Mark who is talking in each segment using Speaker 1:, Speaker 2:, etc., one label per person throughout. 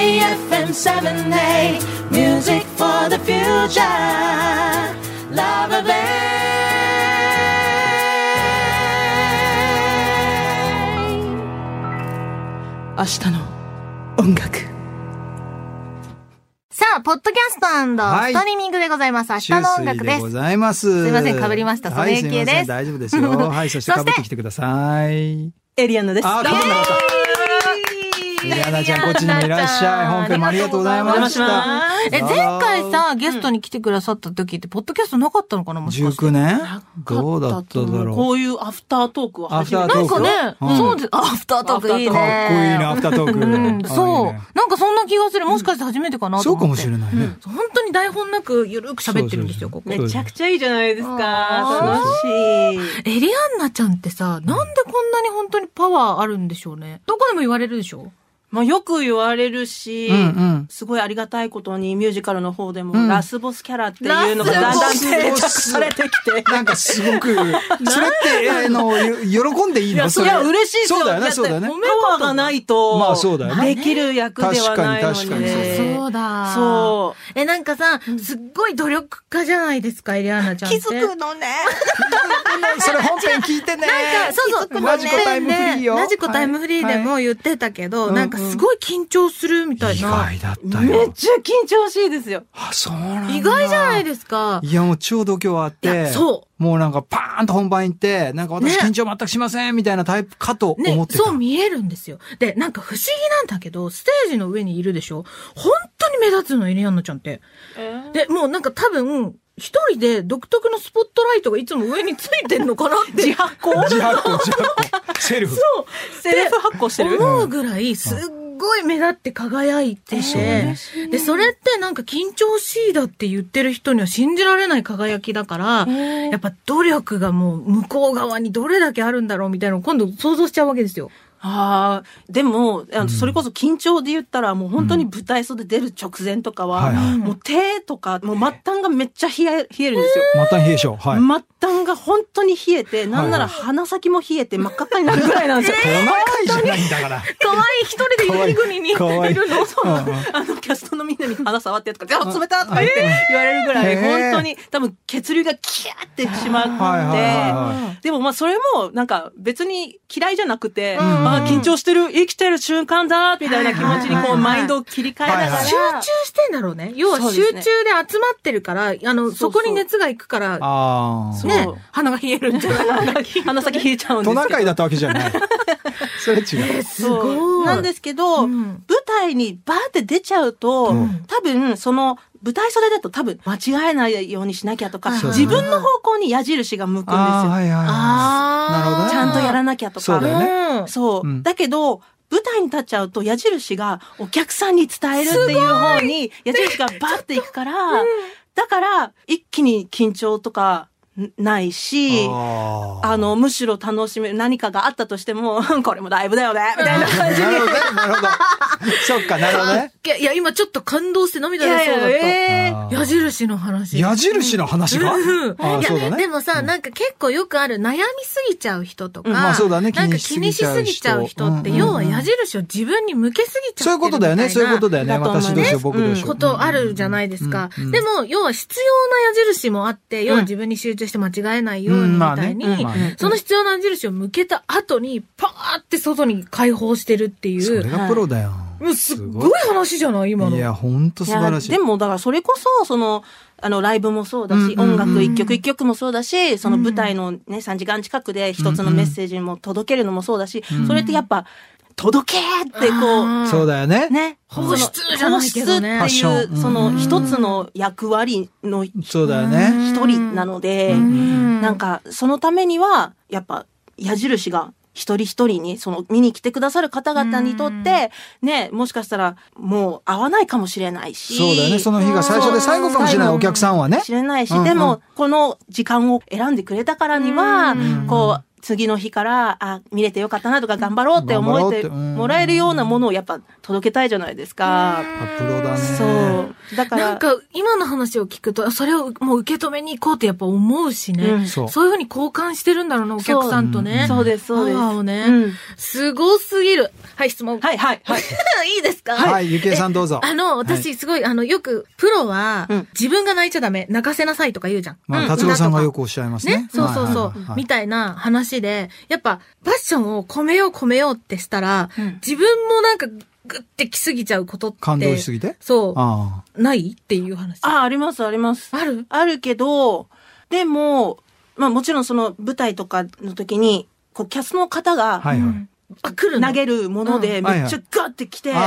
Speaker 1: and 7, 8. Music for the future. Love Bay. 明日の音楽。
Speaker 2: さあ、ポッドキャスト
Speaker 3: はい
Speaker 2: ストリーミングでございます。明日
Speaker 3: 中
Speaker 2: の音
Speaker 3: 水
Speaker 2: 楽
Speaker 3: で
Speaker 2: で
Speaker 3: ご
Speaker 2: す。
Speaker 3: ざいます。
Speaker 2: すいません被りました
Speaker 3: はい
Speaker 2: ソネイケです
Speaker 3: いません大丈夫ですよ。はい、そして被
Speaker 2: そして
Speaker 3: ってきてください。
Speaker 4: エリアンのです。
Speaker 3: あ、被ってなかった。
Speaker 2: イエーイ
Speaker 3: リアナちゃん、こっちにもいらっしゃい。本編もありがとうございまし
Speaker 4: お邪
Speaker 3: た。
Speaker 2: え、前回さ、ゲストに来てくださった時って、ポッドキャストなかったのかなもしかして。
Speaker 3: 19年どうだっただ
Speaker 4: こ
Speaker 3: ろ
Speaker 4: ういうアフタートークは初め
Speaker 3: アフ
Speaker 4: て
Speaker 3: ター
Speaker 2: な
Speaker 3: ト
Speaker 2: ん
Speaker 3: ーク
Speaker 2: かね、
Speaker 3: うん
Speaker 2: そうです。あアフタートークいいね。
Speaker 3: う。かっこいいな、アフタートーク。
Speaker 2: うん、そう
Speaker 3: あいいね。
Speaker 2: なんかそんな気がする。もしかして初めてかなと
Speaker 3: そ
Speaker 2: 思
Speaker 3: う
Speaker 2: っ
Speaker 3: か
Speaker 2: て。
Speaker 3: もしれないね。
Speaker 2: 本当に台本なくゆるく喋ってるんですよ、
Speaker 3: そ
Speaker 2: こ
Speaker 3: う
Speaker 2: こ。
Speaker 3: そうそう
Speaker 2: エ
Speaker 4: めちゃくちゃいいじゃないですか
Speaker 2: あ。
Speaker 4: 楽しい。
Speaker 2: リアンナちゃんってさ、なんでこんなに本当にパワーあるんでしょうね。どこでも言われるでしょ
Speaker 4: まあよく言われるし、
Speaker 3: うんうん
Speaker 4: すごいありがたいことにミュージカルの方でも、
Speaker 3: うん
Speaker 4: ラスボスキャラっていうのがだんだん定着されてきて。
Speaker 3: なんかすごく、それって、あの、よ喜んでいいの そ
Speaker 4: い
Speaker 3: れ
Speaker 4: や、嬉しいですよ。
Speaker 3: そうだよね、
Speaker 4: って
Speaker 3: そうだよね
Speaker 4: パ。ワーがないと、
Speaker 3: まあそうだよね
Speaker 4: できる役ではないのに。
Speaker 3: 確かに確かにえ
Speaker 2: あそうだ。。
Speaker 4: そう
Speaker 2: え、なんかさ、すっごい努力家じゃないですか、エリアンナちゃんって。
Speaker 4: のね。
Speaker 3: それ本編聞いてね。
Speaker 2: なんか、そうそう、
Speaker 3: ラジコタイムフリーよ。
Speaker 2: ラジコタイムフリーでも言ってたけど、
Speaker 3: はい
Speaker 2: なんかすごい緊張するみたいな。
Speaker 3: はい意外だった
Speaker 4: め
Speaker 3: よ
Speaker 4: っ。ちゃ緊張しいですよ。
Speaker 3: あ、そうなんだ。
Speaker 2: 意外じゃないですか。
Speaker 3: いや、もう超度胸あっ
Speaker 2: い
Speaker 3: て
Speaker 2: や、そ
Speaker 3: もうなんかパーンと本番行って、なんか私
Speaker 2: ね
Speaker 3: 緊張全くしませんみたいなタイプかと思
Speaker 2: ね
Speaker 3: っ、てた。
Speaker 2: そう見えるんですよ。で、なんか不思議なんだけど、ステージの上にいるでしょ本当に目立つの、エリアンナちゃんって。で、もうなんか多分、一人で独特のスポットライトがいつも上についてんのかなって。自発行
Speaker 3: 自発行、自発行。セルフ。
Speaker 4: セリフ発行してる。
Speaker 2: 思うぐらい、すっごい目立って輝いて
Speaker 3: そう
Speaker 2: て
Speaker 3: ね、
Speaker 2: で、それってなんか緊張しいだって言ってる人には信じられない輝きだから、やっぱ努力がもう向こう側にどれだけあるんだろうみたいなのを今度想像しちゃうわけですよ。
Speaker 4: ああ、でも、あのそれこそ緊張で言ったら、もう本当に舞台袖出る直前とかは、
Speaker 3: はいはい
Speaker 4: もう手とか、もう末端がめっちゃ冷え冷えるんですよ。
Speaker 3: また冷え性。はい。
Speaker 4: 末端が本当に冷えて、なんなら鼻先も冷えて真っ赤っかになるぐらいなんですよ。
Speaker 3: 細かいじゃないんだから。
Speaker 2: 可愛い一人で雪国にいる
Speaker 3: 可愛い
Speaker 2: の。
Speaker 3: うんうん
Speaker 4: あの、キャストのみんなに鼻触ってとか、あ、冷たとか言って言われるぐらい、
Speaker 3: へー
Speaker 4: 本当に多分血流がキャーってしま
Speaker 3: はいはいはい
Speaker 4: って、
Speaker 3: は
Speaker 4: でもまあそれもなんか別に嫌いじゃなくて、
Speaker 2: ん
Speaker 4: あ緊張してる、生きてる瞬間だ、みたいな気持ちに
Speaker 2: はいはい
Speaker 4: こ
Speaker 2: は
Speaker 4: う
Speaker 2: い
Speaker 4: マインドを切り替えなが
Speaker 3: はいは
Speaker 4: ら
Speaker 3: い
Speaker 2: 集。中してんだろうね。要は
Speaker 4: そう
Speaker 2: 集中
Speaker 4: です
Speaker 2: で
Speaker 4: ね
Speaker 2: 集まってるから、あの、
Speaker 4: そうそ
Speaker 2: そうこに熱がいくか
Speaker 3: い。
Speaker 2: ら、
Speaker 4: そ
Speaker 3: ああ。
Speaker 4: う
Speaker 2: ね、鼻が冷えるんじゃない
Speaker 4: 鼻先冷えちゃうんで
Speaker 3: ト
Speaker 4: す
Speaker 3: ナカ
Speaker 4: け
Speaker 3: イ
Speaker 4: ど。
Speaker 3: だったわけじゃない。それ違う。
Speaker 2: すご
Speaker 4: そう
Speaker 2: い。
Speaker 4: なんですすけど、
Speaker 2: うん
Speaker 4: 舞台にバーって出ちゃうと、
Speaker 3: うん
Speaker 4: 多分その舞台袖だと多分間違えないようにしなきゃとか、
Speaker 2: そう
Speaker 4: 自分の方向に矢印が向くんですよ。
Speaker 3: ああ、はいはいはい。
Speaker 2: あー
Speaker 3: なるほどね。
Speaker 4: ちゃんとやらなきゃとか。
Speaker 3: そうだよね
Speaker 2: ね。
Speaker 4: そう
Speaker 3: うん
Speaker 4: だけど、舞台に立っちゃうと矢印がお客さんに伝えるっていう方に矢印がバッていく から、だから一気に緊張とかんないし、
Speaker 3: あー
Speaker 4: あの、むしろ楽しめる何かがあったとしても、 これもだいぶだよね、み たいな
Speaker 3: な
Speaker 4: 感
Speaker 3: る
Speaker 4: じに。
Speaker 3: ほどね、なるほど。そっか、なるほどね。
Speaker 2: いやいや、今ちょっと感動して涙出そうだった。
Speaker 4: えー
Speaker 3: あー
Speaker 2: 矢印の話。
Speaker 3: 矢印の話が。
Speaker 2: うん
Speaker 3: ああ、
Speaker 2: い
Speaker 3: そうだ
Speaker 2: や、
Speaker 3: ね。
Speaker 2: でもさ、なんか結構よくある悩みすぎちゃう人とか、
Speaker 4: うん
Speaker 3: まあそうだね
Speaker 2: なんか
Speaker 3: 気
Speaker 2: 気
Speaker 3: に
Speaker 2: に
Speaker 3: し
Speaker 2: し
Speaker 3: す
Speaker 2: す
Speaker 3: ぎ
Speaker 2: ぎ
Speaker 3: ち
Speaker 2: ち
Speaker 3: ゃ
Speaker 2: ゃ
Speaker 3: う
Speaker 2: う
Speaker 3: 人
Speaker 2: 人って、
Speaker 3: うんうんうん
Speaker 2: 要は矢印を自分に向けすぎちゃってる
Speaker 3: そういうことだよね、そういうことだよね。
Speaker 4: だと思うね
Speaker 3: 私どうしよう、僕どうしよう。
Speaker 2: ことあるじゃないですか。
Speaker 3: うんうん
Speaker 2: でも、要は必要な矢印もあって、要は自分に集中して間違えないようにみたいに、
Speaker 3: うんまあねうんまあね
Speaker 2: その必要な矢印を向けた後に、パーって外に解放してるってい
Speaker 3: それ
Speaker 2: う、
Speaker 3: がプロだよ。
Speaker 2: もうすっごい話じゃない今の。
Speaker 3: いや、ほんと素晴らしい。
Speaker 4: やでもだからそれこそそのあのライブもそうだし、
Speaker 3: うんうんうん
Speaker 4: 音楽一曲一曲もそうだしその舞台のね3時間近くで一つのメッセージも届けるのもそうだし、それってやっぱ「届け!」ってこう。
Speaker 2: ん
Speaker 3: そうだよね。
Speaker 4: ね。
Speaker 2: 放出じゃないけどね
Speaker 4: 放出って
Speaker 3: ファッ
Speaker 4: い
Speaker 3: ション
Speaker 4: う、その一つの役割の一
Speaker 3: そうだよね。
Speaker 4: 人なので、
Speaker 2: うん
Speaker 4: なんかそのためには、やっぱ矢印が一人一人に、その見に来てくださる方々にとって、ね、もしかしたらもう会わないかもしれないし。
Speaker 3: そうだよね。その日が最初で最後かもしれない、お客さんはね。
Speaker 4: 知れないし、
Speaker 3: うんうん
Speaker 4: でも、この時間を選んでくれたからには、こう、次の日から、あ、見れてよかったなとか、頑張ろうって思えて
Speaker 3: 頑張ろうってうん
Speaker 4: もらえるようなものをやっぱ届けたいじゃないですか。
Speaker 3: あプロだね。
Speaker 4: そう。だか
Speaker 2: な
Speaker 4: ら、
Speaker 2: んか、今の話を聞くと、それをもう受け止めに行こうってやっぱ思うしね。
Speaker 4: うん
Speaker 3: そう
Speaker 2: そういうふうに交換してるんだろうな、お客さんとね。
Speaker 4: そうです、そうです。
Speaker 2: パワーをね
Speaker 4: うん
Speaker 2: すごすぎる。はい、質問。
Speaker 4: はいはいはい。
Speaker 2: い。いですか
Speaker 3: はい、ゆきえさんどうぞ。
Speaker 2: あの、
Speaker 3: はい、
Speaker 2: 私すごい、あの、よく、プロは
Speaker 4: うん、
Speaker 2: 自分が泣いちゃダメ、泣かせなさいとか言うじゃん。
Speaker 3: ま
Speaker 2: う
Speaker 3: あ、
Speaker 2: ん
Speaker 3: 達郎さん
Speaker 2: 歌と
Speaker 3: が
Speaker 2: か
Speaker 3: よくおっしゃいますね。
Speaker 2: ね、そうそうそう、
Speaker 3: はいはいはい
Speaker 2: みたいな話で、やっぱ、パッションを込めよう込めようってしたら、
Speaker 4: うん
Speaker 2: 自分もなんか、グってきすぎちゃうことって。
Speaker 3: 感動しすぎて
Speaker 2: そ
Speaker 3: あ
Speaker 2: う。ないっていう話。
Speaker 4: あ、ありますあります。
Speaker 2: ある
Speaker 4: あるけど、でも、まあもちろんその舞台とかの時に、こうキャスの方
Speaker 3: あ。は
Speaker 4: が
Speaker 2: う
Speaker 3: いはい。
Speaker 2: んあ、来るの
Speaker 4: 投げるもの
Speaker 2: う
Speaker 4: で
Speaker 3: んはいはい
Speaker 4: めっちゃガッてきて、
Speaker 3: あー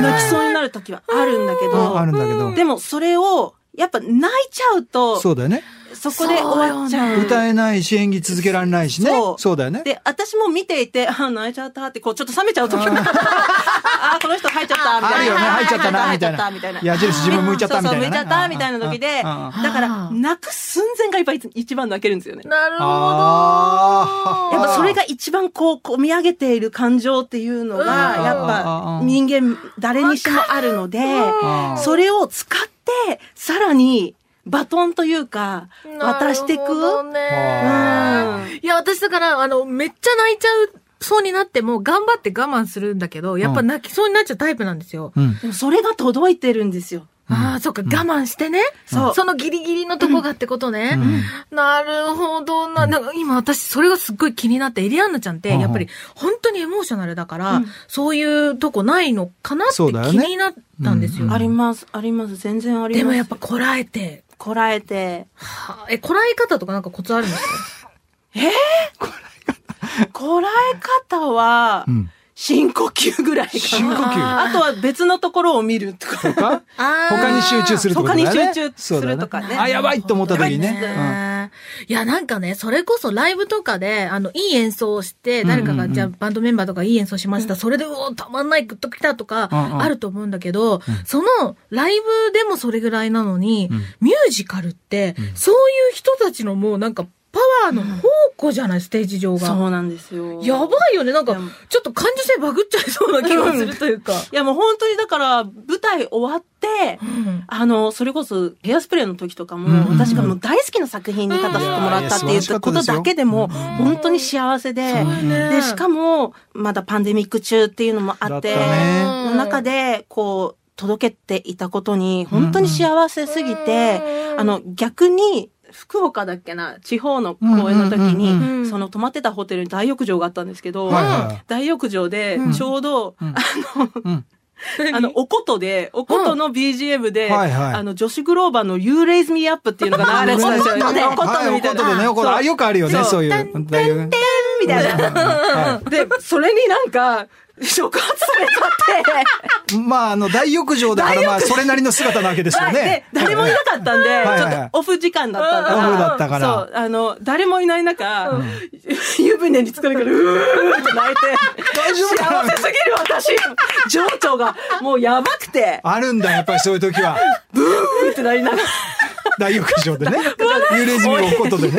Speaker 4: 泣
Speaker 3: はい
Speaker 4: きそうになる時はあるんだけ
Speaker 3: ああるん
Speaker 4: ど、
Speaker 3: だけど。
Speaker 4: でもそれを、やっぱ泣いちゃうと、
Speaker 3: そうだよね。
Speaker 4: そこで終わっちゃう。
Speaker 3: 歌えないし、演技続けられないしね。
Speaker 4: そう
Speaker 3: そうだよね。
Speaker 4: で、私も見ていて、あ、泣いちゃったって、こう、ちょっと冷めちゃう 時も。あ、この人入っちゃった、みたいな。
Speaker 3: あるよね入っちゃったな
Speaker 4: 入っちゃっ
Speaker 3: み
Speaker 4: みたいな。
Speaker 3: 矢印自分向いちゃったみたい
Speaker 4: そうそう
Speaker 3: なね。
Speaker 4: 向いちゃったみたいな時で
Speaker 3: あああ
Speaker 4: だか
Speaker 2: あ
Speaker 4: ら、
Speaker 2: ー
Speaker 4: 泣く寸前がやっぱり一番泣けるんですよね。
Speaker 2: なるほ
Speaker 3: あー
Speaker 2: ど。
Speaker 4: やっぱそれが一番こう、込み上げている感情っていうのが、
Speaker 2: うん
Speaker 4: やっぱ人間、誰にしてもあるので、
Speaker 3: あー
Speaker 4: それを使って、さらにバトンというか、渡してい
Speaker 2: なるほど
Speaker 4: く。
Speaker 2: ね。いや、私だから、あの、めっちゃ泣いちゃう。そうになっても頑張って我慢するんだけど、やっぱ泣きそうになっちゃうタイプなんですよ。
Speaker 3: うん。
Speaker 4: でもそれが届いてるんですよ。
Speaker 2: ああ、そっか、我慢してね。
Speaker 4: そう
Speaker 2: そのギリギリのとこがってことね。
Speaker 3: うん
Speaker 2: なるほどな。なんか今私それがすっごい気になって、エリアンナちゃんって
Speaker 3: うんうん
Speaker 2: やっぱり本当にエモーショナルだから、
Speaker 4: うん
Speaker 2: そういうとこないのかなって気
Speaker 3: そうだよね
Speaker 2: になったんですよ。
Speaker 3: うん
Speaker 4: あります、あります、全然ありま
Speaker 2: で
Speaker 4: す。
Speaker 2: もやっぱこらえて、
Speaker 4: こらえて、
Speaker 2: はあえ、こらえ方とかなんかコツあるんですか
Speaker 4: こらえ方は
Speaker 3: う、ん。
Speaker 4: 深呼吸ぐらいか
Speaker 3: 深呼
Speaker 4: な。
Speaker 3: 吸。
Speaker 2: あー
Speaker 4: あとは別のところを見るとか。
Speaker 3: 他他に集中するとかだよね。
Speaker 4: 他に集中す
Speaker 3: そうだよ
Speaker 4: る
Speaker 3: ね
Speaker 4: とかね
Speaker 3: あ、やばいと思った時に
Speaker 2: やばい
Speaker 3: ね。
Speaker 2: いや、なんかね、それこそライブとかで、あの、いい演奏をして、誰か
Speaker 3: う
Speaker 2: が、
Speaker 3: んうん
Speaker 2: じゃあバンドメンバーとかいい演奏しました。それで、うお、たまんない、グッときたとか、
Speaker 3: うんうん
Speaker 2: あると思うんだけど、その、ライブでもそれぐらいなのに
Speaker 3: うん、
Speaker 2: ミュージカルって、そういう人たちのもうなんか、パワーの宝庫じゃない、ステージ上
Speaker 4: そ
Speaker 2: が。
Speaker 4: うなんですよ。
Speaker 2: やばいよね。なんか
Speaker 4: いや、
Speaker 2: ちょっと感受性バグっちゃいそうな気がするというか。
Speaker 4: いやもう本当にだから、舞台終わって、
Speaker 2: うん
Speaker 4: あの、それこそ、ヘアスプレーの時とかも、
Speaker 3: うん
Speaker 4: 私がもう大好きな作品に立たせてもらったって
Speaker 3: い
Speaker 4: い
Speaker 3: やいや素晴らしか
Speaker 4: う
Speaker 3: った
Speaker 4: こ
Speaker 3: で
Speaker 4: と
Speaker 3: すよ
Speaker 4: だけでも、
Speaker 3: うん
Speaker 4: 本当に幸せで、
Speaker 3: そうね
Speaker 4: で、しかも、まだパンデミック中っていうのもあって、
Speaker 3: だったね
Speaker 4: の中で、こう、届けていたことに、本当に幸せすぎて、あの、逆に、福岡だっけな、地方の公演の時
Speaker 3: うん
Speaker 2: うんうんう
Speaker 4: に、
Speaker 2: ん
Speaker 4: その泊まってたホテルに大浴場があったんですけど、
Speaker 3: はいはい
Speaker 4: 大浴場で
Speaker 2: うん、
Speaker 4: ちょうど、
Speaker 3: うんうん
Speaker 4: あの、おことで、おことの BGM で、
Speaker 3: はいはい
Speaker 4: あの、女子グローバーの You Raise Me Up っていうのが流れてたんですよ。
Speaker 3: はい
Speaker 4: おことのみたいな。
Speaker 3: はいおことでね、おことあよくあるよね、
Speaker 4: そう
Speaker 3: そういう。だいぶね
Speaker 4: みたいな。
Speaker 3: は
Speaker 4: で、それになんか、触発されちゃって、
Speaker 3: いまあ、あの、大浴場だから、まあ、それなりの姿なわけですよ
Speaker 4: はい、で
Speaker 3: ね。、
Speaker 4: 誰もいなかったんで、
Speaker 3: いはいはい
Speaker 4: ちょっとオフ時間だったから。
Speaker 3: オフだったから
Speaker 4: そう、あの、誰もいない中、
Speaker 3: うん
Speaker 4: 湯船に浸かるから、うーって泣いて、
Speaker 3: 大丈夫か
Speaker 4: 幸
Speaker 3: な
Speaker 4: せすぎる私情緒が、もうやばくて、
Speaker 3: あるんだ、やっぱりそういう時は。
Speaker 4: うーってなりながら、
Speaker 3: 大浴場でね。幽霊人をおことでね。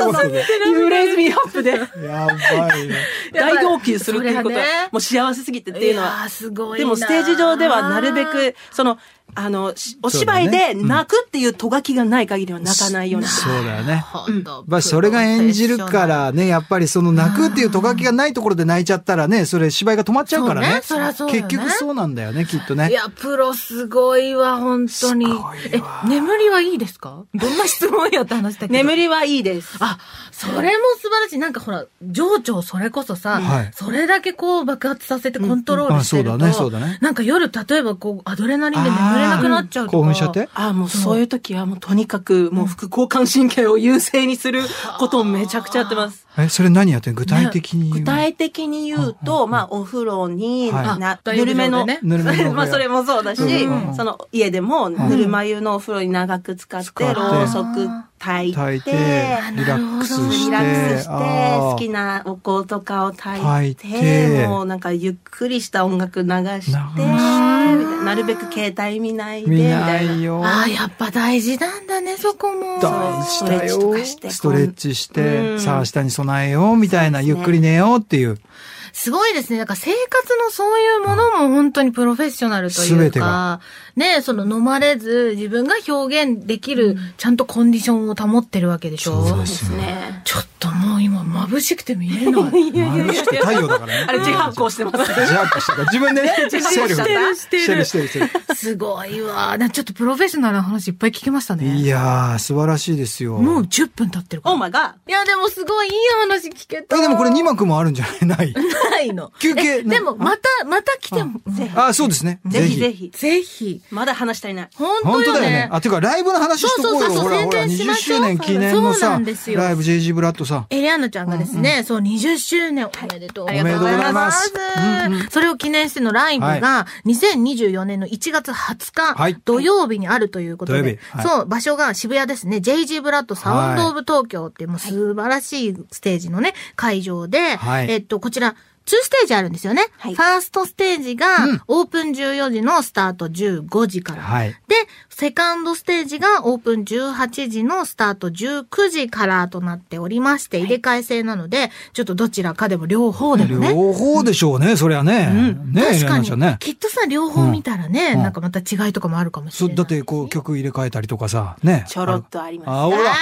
Speaker 3: おことで。
Speaker 4: You Raise Me Up で、
Speaker 3: やばいね。
Speaker 4: 大号泣するっていうこと
Speaker 2: それ
Speaker 4: は
Speaker 2: がね
Speaker 4: もう幸せすぎてっていうのは
Speaker 2: やーすごいな
Speaker 4: でもステージ上ではなるべくそのあのしお芝居で泣くっていうとがきがない限りは泣かないように
Speaker 3: そうだよね。
Speaker 2: 本当
Speaker 3: まあ、それが演じるからね、やっぱりその泣くっていうとがきがないところで泣いちゃったらね、それ芝居が止まっちゃうからね。
Speaker 2: そうねそりゃそうだよね
Speaker 3: 結局そうなんだよね、きっとね。
Speaker 2: いや、プロすごいわ、本当に
Speaker 3: すご。い
Speaker 2: え
Speaker 3: わ、
Speaker 2: 眠りはいいですかどんな質問やって話したけど。
Speaker 4: 眠
Speaker 2: り。
Speaker 4: りはいいです
Speaker 2: あ、それも素晴らしい。なんかほら、情緒をそれこそさ、
Speaker 3: はい
Speaker 2: それだけこう爆発させてコントロールしてると、
Speaker 3: うんうんあそうだねそうだね
Speaker 2: なんか夜、例えばこう、アドレナリンで眠れなくなっちゃうとか。
Speaker 3: 興奮しちゃって。
Speaker 4: ああもうそういう時はもうとにかくもう副交感神経を優勢にすることをめちゃくちゃやってます
Speaker 3: え、それ何やってんの具体的に言う。
Speaker 4: 具体的に言うと、まあ、お風呂に、
Speaker 3: はい
Speaker 4: な
Speaker 2: あ
Speaker 4: ぬるめの、
Speaker 2: 大浴場でね
Speaker 3: ぬるめのお風呂
Speaker 4: まあ、それもそうだし、
Speaker 3: うん
Speaker 4: その家でも、ぬるま湯のお風呂に長く使っ
Speaker 3: 使って
Speaker 4: て、ろうそく焚いて、
Speaker 3: 炊いて、リ
Speaker 4: リ
Speaker 3: ラックスして。
Speaker 4: ラックスして、
Speaker 3: あー
Speaker 4: 好きなお香とかを
Speaker 3: 焚
Speaker 4: 炊
Speaker 3: い
Speaker 4: い
Speaker 3: て
Speaker 4: て、もうなんかゆっくりした音楽流して、みたいななるべく携帯見ないで、み
Speaker 3: 見
Speaker 4: た
Speaker 3: ない
Speaker 4: な。
Speaker 3: いよ。
Speaker 2: ああ、やっぱ大事なんだね、そこも。
Speaker 3: 大事だよ。
Speaker 4: ストレッチとかして
Speaker 3: ストレッチして、
Speaker 4: うん
Speaker 3: さあ明日に備えようみたいな、
Speaker 4: そう
Speaker 3: ゆ
Speaker 4: です
Speaker 3: っ
Speaker 4: ね
Speaker 3: くり寝ようっていう。
Speaker 2: すごいですね。なんか生活のそういうものも本当にプロフェッショナルという
Speaker 3: 全て
Speaker 2: か
Speaker 3: が、
Speaker 2: ね、その飲まれず自分が表現できる、ちゃんとコンディションを保ってるわけでしょ。
Speaker 3: そうです
Speaker 4: ですね。
Speaker 2: ちょっともう今眩しくて 見えない。
Speaker 4: いやいやい
Speaker 3: 眩しくて太陽だからね。
Speaker 4: あれ 自発光してます。
Speaker 3: 自白してた。自分でね、セ
Speaker 4: 自白
Speaker 3: ルフ。
Speaker 4: しちゃった
Speaker 2: してる
Speaker 3: してるしてるしてる。
Speaker 2: すごいわ。なちょっとプロフェッショナルな話いっぱい聞けました ね。
Speaker 3: いやー、素晴らしいですよ。
Speaker 2: もう10分経ってるから。
Speaker 4: オーマが
Speaker 2: いや、でもすごいいい話聞けた。
Speaker 3: え、でもこれ2幕もあるんじゃな いない。
Speaker 2: ないの。
Speaker 3: 休憩
Speaker 2: えでも、また、また来ても。うん
Speaker 3: あ、そうですね。
Speaker 4: ぜひぜひ。
Speaker 2: ぜひ。
Speaker 4: まだ話したりない。
Speaker 2: 本当
Speaker 3: 本当
Speaker 2: よ
Speaker 3: だよ
Speaker 2: ね
Speaker 3: ね。。あ、ていうか、ライブの話しとこう
Speaker 2: そ
Speaker 3: よ。
Speaker 2: うそうそう
Speaker 3: ほらほら、
Speaker 2: 宣伝し
Speaker 3: 20
Speaker 2: ましょう
Speaker 3: 周年記念の
Speaker 2: そうな
Speaker 3: さ
Speaker 2: んです、よ
Speaker 3: ライブ JG ブラッドさ。
Speaker 2: エリアーナちゃんがですね、そう、20周年おめでとうございます。
Speaker 3: おめでとうございますうん
Speaker 2: それを記念してのライブが、2024年の1月20日、
Speaker 3: はい
Speaker 2: 土曜日にあるということで、
Speaker 3: 土曜日はい
Speaker 2: そう、場所が渋谷ですね、JG ブラッドサウンドオブ東京っていう、もう素晴らしいステージのね、会場で、
Speaker 3: はい
Speaker 2: えっと、こちら、2ステージあるんですよね。
Speaker 4: はい
Speaker 2: ファーストステージが、オープン14時のスタート15時から。
Speaker 3: はい。
Speaker 2: で、セカンドステージがオープン18時のスタート19時からとなっておりまして、入れ替え制なので、ちょっとどちらかでも両方でもね。
Speaker 3: 両方でしょうね、そりゃね。ね
Speaker 2: 確
Speaker 3: え、エ
Speaker 2: か
Speaker 3: ナ
Speaker 2: に、
Speaker 3: ちゃんね。
Speaker 2: きっとさ、両方見たらね、
Speaker 3: うん
Speaker 2: なんかまた違いとかもあるかもしれ
Speaker 3: そ
Speaker 2: な
Speaker 3: う、
Speaker 2: い。
Speaker 3: だって、こう、曲入れ替えたりとかさ、ね。
Speaker 4: ちょろっとあります。
Speaker 3: あ、ほら。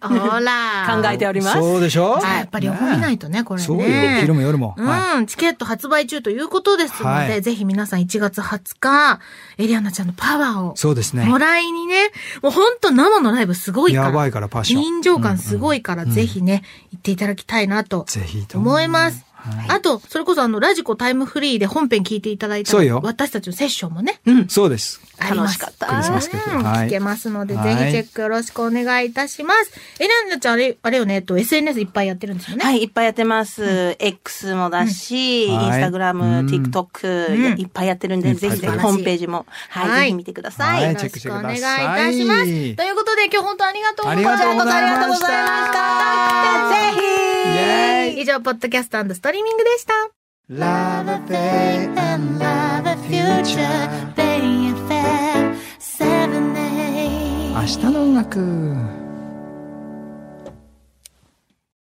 Speaker 2: あーほら。
Speaker 4: 考えております。
Speaker 3: そうでしょ
Speaker 2: じゃあやっぱり両方見ないとね、これね。
Speaker 3: そうよ、昼も夜も。は
Speaker 2: うん、チケット発売中ということですので、
Speaker 3: はい
Speaker 2: ぜひ皆さん1月20日、エリアンナちゃんのパワーを
Speaker 3: い。そうですね。
Speaker 2: もらいにね、もうほんと生のライブすごいから。
Speaker 3: やばいからパッション
Speaker 2: 臨場感すごいから、ぜひね、行っていただきたいなと
Speaker 3: ぜひとも
Speaker 2: 思います。
Speaker 3: はい
Speaker 2: あと、それこそあの、ラジコタイムフリーで本編聞いていただいた
Speaker 3: そうよ
Speaker 2: 私たちのセッションもね、
Speaker 3: そうです。
Speaker 2: あります
Speaker 4: 楽しかった
Speaker 2: うん
Speaker 3: クリスマス曲はい
Speaker 2: 聞けますので、ぜひ
Speaker 3: はい
Speaker 2: チェックよろしくお願いいたします。えななちゃん、あれ、あれよね、えっと、SNS いっぱいやってるんですよね。
Speaker 4: はい、いっぱいやってます。X もだし、
Speaker 3: うんはい
Speaker 4: インスタグラ
Speaker 3: うん
Speaker 4: ム、TikTok、
Speaker 2: うん
Speaker 4: いっぱいやってるんで、
Speaker 3: いっぱ
Speaker 4: ぜ
Speaker 3: い
Speaker 4: ひぜ
Speaker 2: 素晴
Speaker 4: ひ
Speaker 2: らしい
Speaker 4: ホームページも、はい、
Speaker 2: はい
Speaker 4: ぜひ見てくださ。
Speaker 2: はい
Speaker 3: は
Speaker 2: よ
Speaker 3: い
Speaker 2: ろ
Speaker 3: チェック
Speaker 2: し
Speaker 3: して
Speaker 2: く
Speaker 3: く
Speaker 2: お
Speaker 3: だ
Speaker 2: 願
Speaker 3: さ
Speaker 2: い
Speaker 3: い
Speaker 2: いたします。ということで、今日本当ありがとうございました。
Speaker 3: ありがとうございまし
Speaker 2: ありが
Speaker 3: た
Speaker 2: とうございました
Speaker 4: ぜひ
Speaker 3: イェーイ
Speaker 2: 以上、ポッドキャストストリーミングでした。
Speaker 1: Love a faith and love a future. Bay FM 7 8
Speaker 3: 明日の音楽。